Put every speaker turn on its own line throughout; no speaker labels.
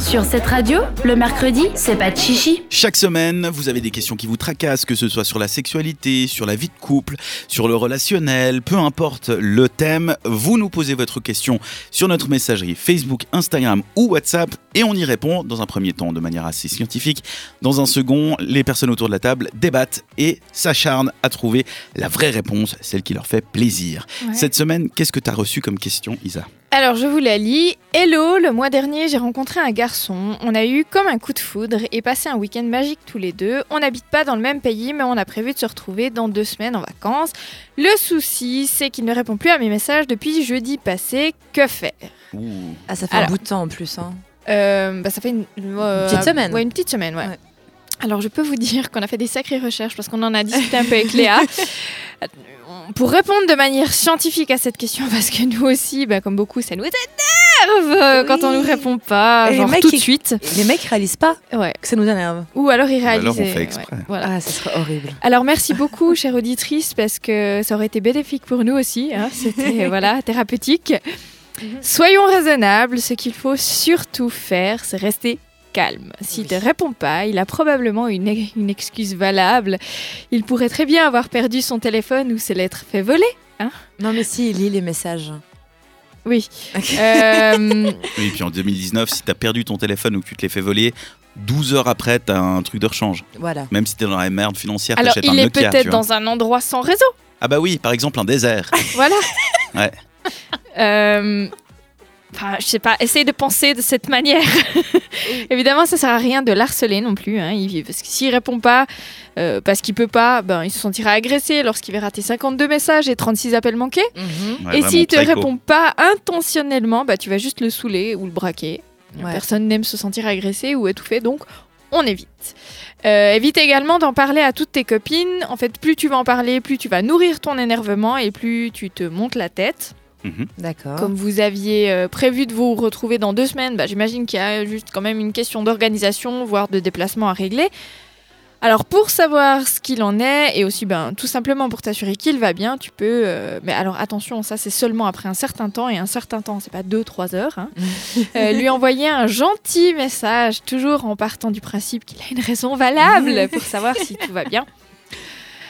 Sur cette radio, le mercredi, c'est pas de chichi.
Chaque semaine, vous avez des questions qui vous tracassent, que ce soit sur la sexualité, sur la vie de couple, sur le relationnel, peu importe le thème, vous nous posez votre question sur notre messagerie Facebook, Instagram ou WhatsApp et on y répond dans un premier temps de manière assez scientifique. Dans un second, les personnes autour de la table débattent et s'acharnent à trouver la vraie réponse, celle qui leur fait plaisir.
Ouais.
Cette semaine, qu'est-ce que tu as reçu comme question, Isa
Alors je vous la lis. Hello, le mois dernier j'ai rencontré un garçon. On a eu comme un coup de foudre et passé un week-end magique tous les deux. On n'habite pas dans le même pays mais on a prévu de se retrouver dans deux semaines en vacances. Le souci c'est qu'il ne répond plus à mes messages depuis jeudi passé. Que faire
Ouh.
Ah, ça fait
Alors.
un bout de temps en plus. Hein.
Euh, bah, ça fait une, euh,
Une petite semaine.
Ouais, une petite semaine, ouais.
Ouais.
Alors, je peux vous dire qu'on a fait des sacrées recherches parce qu'on en a discuté un peu avec Léa. Euh, Pour répondre de manière scientifique à cette question, parce que nous aussi, bah, comme beaucoup, ça nous énerve euh, quand on
Oui.
nous répond pas,
Et les
genre
mecs
tout de
qui-
suite.
Les mecs réalisent pas
Ouais.
que ça nous énerve.
Ou alors ils
Ou alors, on
réalisent.
fait exprès.
voilà.
Ah, ça serait horrible.
Alors merci beaucoup, chère auditrice, parce que ça aurait été bénéfique pour nous aussi. hein. C'était voilà thérapeutique. Soyons raisonnables. Ce qu'il faut surtout faire, c'est rester calme. S'il ne
Oui.
répond pas, il a probablement une, ex- une excuse valable. Il pourrait très bien avoir perdu son téléphone ou ses lettres fait voler.
Non, mais si, lis les messages.
Oui.
Ok.
Euh,
Oui, et puis en 2019, si t'as perdu ton téléphone ou que tu te l'es fait voler, 12 heures après, t'as un truc de rechange.
Voilà.
Même si t'es dans la merde financière,
alors
t'achètes un
il est
Nokia. tu
peut-être
vois.
dans un endroit sans réseau.
Ah bah oui, par exemple un désert.
Voilà.
Ouais.
Euh, Enfin, je sais pas, essaye de penser de cette manière. Évidemment, ça sert à rien de l'harceler non plus. Hein. Il- parce que s'il répond pas, euh, parce qu'il peut pas, ben, il se sentira agressé lorsqu'il verra tes 52 messages et 36 appels manqués.
Mm-hmm.
Ouais,
et
vraiment
s'il te
psycho.
répond pas intentionnellement, bah, tu vas juste le saouler ou le braquer.
Ouais.
Personne n'aime se sentir agressé ou étouffé, donc on évite. Euh, évite également d'en parler à toutes tes copines. En fait, plus tu vas en parler, plus tu vas nourrir ton énervement et plus tu te montes la tête.
Mhm.
D'accord.
Comme vous aviez euh, prévu de vous retrouver dans deux semaines, bah, j'imagine qu'il y a juste quand même une question d'organisation, voire de déplacement à régler. Alors pour savoir ce qu'il en est et aussi ben, tout simplement pour t'assurer qu'il va bien, tu peux... euh, mais alors attention, ça c'est seulement après un certain temps et un certain temps, c'est pas 2-3 heures. hein. Euh, lui envoyer un gentil message, toujours en partant du principe qu'il a une raison valable pour savoir si tout va bien.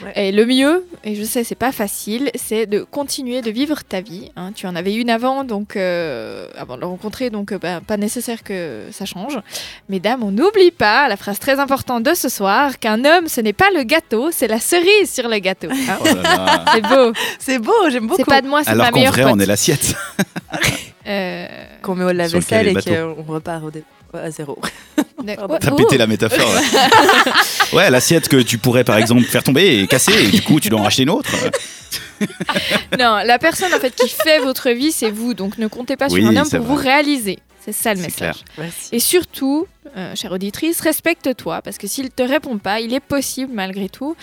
Ouais.
Et le mieux, et je sais c'est pas facile, c'est de continuer de vivre ta vie. hein. Tu en avais une avant, donc euh, avant de le rencontrer, donc euh, bah, pas nécessaire que ça change. Mesdames, on n'oublie pas la phrase très importante de ce soir qu'un homme, ce n'est pas le gâteau, c'est la cerise sur le gâteau. hein.
Oh
Ah.
là là.
C'est beau.
C'est beau, j'aime beaucoup.
C'est pas de moi, c'est
Alors
ma
qu'en
meilleure
vrai,
pote.
on est l'assiette.
Euh,
Qu'on met au
Sur
lave-vaisselle
lequel
et
est le
qu'on repart au dé- à zéro. Pardon.
T'as
Oh.
pété la métaphore. Ouais, Ouais, l'assiette que tu pourrais par exemple faire tomber et casser, et du coup tu dois en racheter une autre.
Non, la personne en fait qui fait votre vie, c'est vous. Donc ne comptez pas
Oui,
sur un homme
c'est
pour
vrai.
vous réaliser. C'est ça le
C'est
message.
clair.
Merci.
Et surtout, euh, chère auditrice, respecte-toi parce que s'il te répond pas, il est possible malgré tout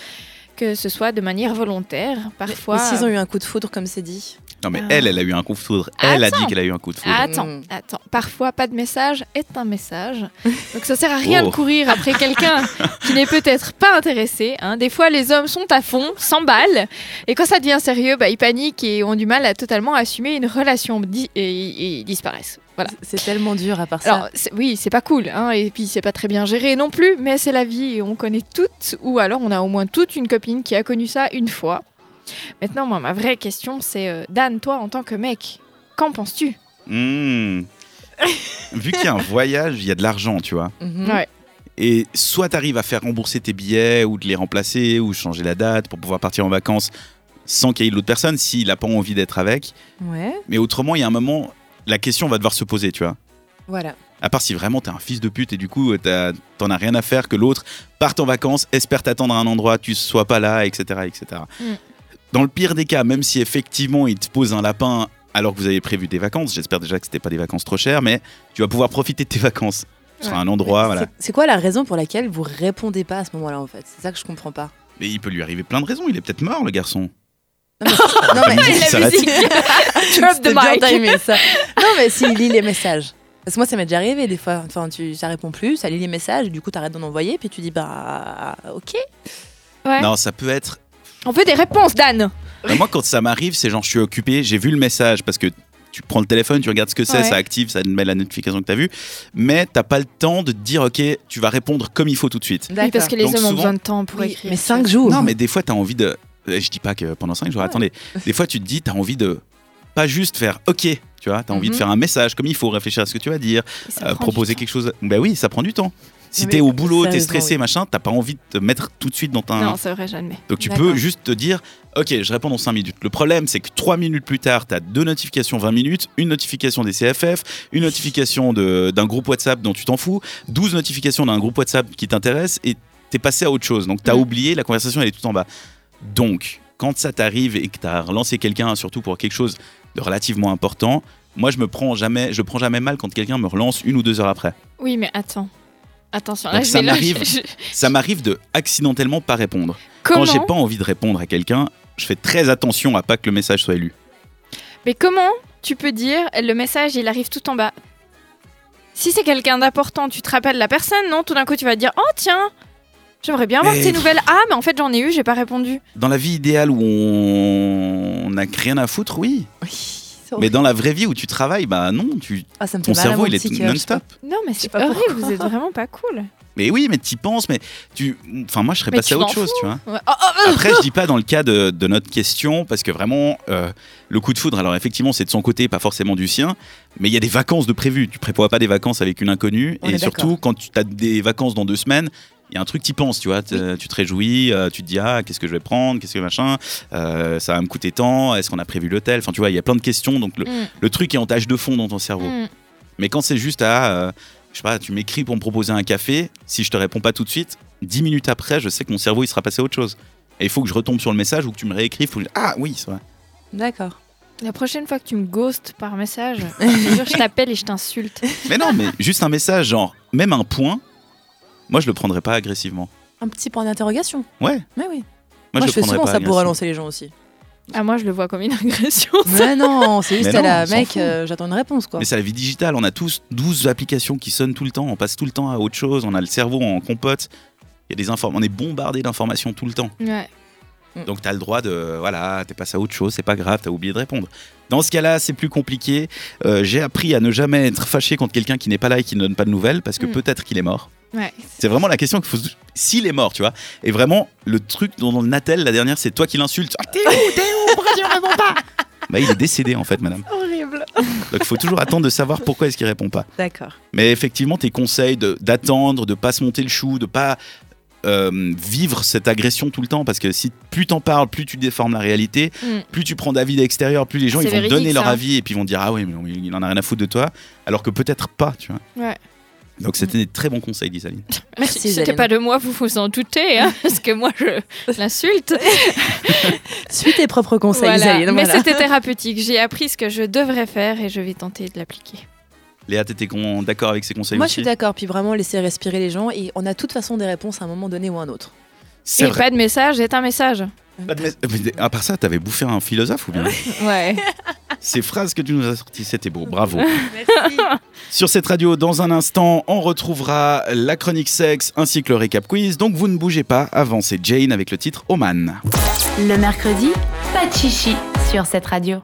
que ce soit de manière volontaire. Parfois.
Mais S'ils ont eu un coup de foudre, comme c'est dit.
Non mais
Ah.
elle, elle a eu un coup de foudre. Elle a
Attends.
dit qu'elle a eu un coup de foudre.
Ah, Attends,
Mm.
attends. Parfois, pas de message est un message. Donc, ça sert à rien
Oh.
de courir après quelqu'un qui n'est peut-être pas intéressé. hein. Des fois, les hommes sont à fond, s'emballent, et quand ça devient sérieux, bah, ils paniquent et ont du mal à totalement assumer une relation di- et, et ils disparaissent. Voilà.
C'est tellement dur à part ça.
Alors c'est- oui, c'est pas cool, hein, et puis c'est pas très bien géré non plus, mais c'est la vie et on connaît toutes, ou alors on a au moins toute une copine qui a connu ça une fois. Maintenant, moi, ma vraie question, c'est euh, Dan, toi, en tant que mec, qu'en penses-tu
Hmm. Vu qu'il y a un voyage, il y a de l'argent, tu vois.
Mhm.
Ouais.
Et soit t'arrives à faire rembourser tes billets ou de les remplacer ou changer la date pour pouvoir partir en vacances sans qu'il y ait l'autre personne s'il n'a pas envie d'être avec.
Ouais.
Mais autrement, il y a un moment, la question va devoir se poser, tu vois.
Voilà.
À part si vraiment t'es un fils de pute et du coup euh, t'as- t'en as rien à faire que l'autre parte en vacances, espère t'attendre à un endroit, tu sois pas là, etc. etc.
Mm.
Dans le pire des cas, même si effectivement il te pose un lapin alors que vous avez prévu des vacances, j'espère déjà que c'était pas des vacances trop chères, mais tu vas pouvoir profiter de tes vacances. Ce sera
Ouais.
un endroit, voilà.
C'est- C'est quoi la raison pour laquelle vous répondez pas à ce moment-là, en fait C'est ça que je comprends pas.
Mais il peut lui arriver plein de raisons, il est peut-être mort le garçon.
Non, mais, non, mais-
La musique s'arrête.
Drop the
C'était bien
mic.
timé, ça. Non, mais s'il lit les messages. Parce que moi, ça m'est déjà arrivé des fois. Enfin, tu, ça répond plus, ça lit les messages, et du coup, t'arrêtes d'en envoyer, puis tu dis, bah, ok.
Ouais.
Non, ça peut être.
On veut des réponses, Dan
Bah, moi, quand ça m'arrive, c'est genre je suis occupé, j'ai vu le message parce que. tu prends le téléphone, tu regardes ce que c'est,
Ouais.
ça active, ça te met la notification que tu as vue, mais t'as pas le temps de te dire, ok, tu vas répondre comme il faut tout de suite.
Oui, parce que les
Donc
hommes ont
souvent-
besoin de temps pour
Oui,
écrire.
mais 5 jours.
Non, mais des fois, tu as envie de. euh, Je dis pas que pendant 5 jours, attendez. Des fois, tu te dis, tu as envie de. Pas juste faire OK, tu vois, tu as envie de
Mhm.
faire un message comme il faut, réfléchir à ce que tu vas dire,
Et ça
euh,
prend du
proposer
temps.
quelque chose. Ben oui, ça prend du temps. Si
Mais
t'es au boulot, t'es
sérieusement,
stressé,
oui.
machin, t'as pas envie de te mettre tout de suite dans un.
Non, c'est vrai, jamais.
Donc tu
D'accord.
peux juste te dire, ok, je réponds dans 5 minutes. Le problème, c'est que 3 minutes plus tard, tu as deux notifications 20 minutes, une notification des CFF, une notification de- d'un groupe WhatsApp dont tu t'en fous, 12 notifications d'un groupe WhatsApp qui t'intéresse et t'es passé à autre chose. Donc t'as
Mm.
oublié, la conversation, elle est tout en bas. Donc, quand ça t'arrive et que t'as relancé quelqu'un, surtout pour quelque chose de relativement important, moi, je me prends jamais, je prends jamais mal quand quelqu'un me relance une ou deux heures après.
Oui, mais attends. Attention, là,
Donc
je
ça
vais là,
m'arrive.
je- je-
Ça m'arrive de accidentellement pas répondre.
Comment
Quand j'ai pas envie de répondre à quelqu'un, je fais très attention à pas que le message soit lu.
Mais comment tu peux dire le message il arrive tout en bas Si c'est quelqu'un d'important, tu te rappelles la personne, non Tout d'un coup, tu vas te dire oh tiens, j'aimerais bien avoir
Mais-
tes nouvelles. Ah, mais en fait, j'en ai eu, j'ai pas répondu.
Dans la vie idéale où on n'a rien à foutre, oui.
Oui, c'est
Mais
horrible.
dans la vraie vie où tu travailles, bah non, tu,
Ah, ça me
ton
fait Oh. mal à
cerveau
mon
il
petit
est
cœur, je sais
non-stop.
Non, mais c'est
pas
horrible,
pourquoi.
vous êtes vraiment pas cool.
Mais oui, mais t'y penses, mais tu. Enfin, moi je serais
Mais
passé
tu
à autre
t'en
chose, tu vois.
Ouais. Oh, oh, oh.
Après, je dis pas dans le cas de, de notre question, parce que vraiment, euh, le coup de foudre, alors effectivement, c'est de son côté, pas forcément du sien, mais il y a des vacances de prévues. Tu prévois pas des vacances avec une inconnue,
On
et
est
surtout, quand tu as des vacances dans deux semaines, il y a un truc qui pense, tu vois. T- Tu te réjouis, euh, tu te dis, ah, qu'est-ce que je vais prendre, qu'est-ce que machin, euh, ça va me coûter tant, est-ce qu'on a prévu l'hôtel Enfin, tu vois, il y a plein de questions, donc le,
Mm,
le truc est en tâche de fond dans ton cerveau.
mm.
Mais quand c'est juste à, euh, je sais pas, tu m'écris pour me proposer un café, si je te réponds pas tout de suite, 10 minutes après, je sais que mon cerveau il sera passé à autre chose. Et il faut que je retombe sur le message ou que tu me réécrives. Faut que je- Ah oui, c'est vrai.
pas. D'accord.
La prochaine fois que tu me ghostes par message, je te jure, je t'appelle et je t'insulte.
Mais non, mais juste un message, genre, même un point, moi je le prendrais pas agressivement.
Un petit point d'interrogation.
Ouais,
Mais oui.
moi, je
Moi, je
le
fais
prendrais
souvent
pas
ça pour
agressivement.
relancer les gens aussi.
Ah, moi, je le vois comme une agression. ça.
Mais non, c'est juste
Mais
à
non,
la
on s'en
mec,
fout.
euh, j'attends une réponse quoi.
Mais c'est la vie digitale, on a tous 12 applications qui sonnent tout le temps, on passe tout le temps à autre chose, on a le cerveau en compote. Il y a des inform- on est bombardé d'informations tout le temps.
Ouais.
Donc t'as le droit de voilà, t'es passé à autre chose, c'est pas grave, t'as oublié de répondre. Dans ce cas-là, c'est plus compliqué. Euh, J'ai appris à ne jamais être fâché contre quelqu'un qui n'est pas là et qui ne donne pas de nouvelles parce que
Mm.
peut-être qu'il est mort.
Ouais.
C'est vraiment la question qu'il faut. se- S'il est mort, tu vois. Et vraiment, le truc dont on attelle la dernière, c'est toi qui l'insultes. Ah, t'es où T'es où Pourquoi tu me réponds pas Bah, il est décédé en fait, madame.
Horrible.
Donc faut toujours attendre de savoir pourquoi est-ce qu'il répond pas.
D'accord.
Mais effectivement, tes conseils de- d'attendre, de pas se monter le chou, de pas euh, vivre cette agression tout le temps, parce que si plus t'en parles, plus tu déformes la réalité,
Mm.
plus tu prends d'avis d'extérieur, plus les gens
C'est
ils vont te
véridique,
donner leur
ça.
avis et puis ils vont te dire ah oui mais il en a rien à foutre de toi, alors que peut-être pas, tu vois.
Ouais.
Donc c'était des très bons conseils, Lisaline.
Merci,
Si c'était
Zalène.
pas de moi, vous vous en doutez, hein, parce que moi, je l'insulte.
Suis tes propres conseils,
Voilà.
Zalène,
Mais
voilà.
c'était thérapeutique. J'ai appris ce que je devrais faire et je vais tenter de l'appliquer.
Léa, t'étais con- d'accord avec ces conseils
Moi, je
aussi
suis d'accord. Puis vraiment, laisser respirer les gens. Et on a de toute façon des réponses à un moment donné ou à un autre.
C'est
Et
vrai.
pas de message est un message.
Pas de mes- mais À part ça, t'avais bouffé un philosophe ou bien
Ouais.
Ces phrases que tu nous as sorties, c'était beau, bravo.
Merci.
Sur cette radio, dans un instant, on retrouvera la chronique sexe ainsi que le récap quiz. Donc vous ne bougez pas, avancez Jane avec le titre Oman.
Le mercredi, pas de chichi sur cette radio.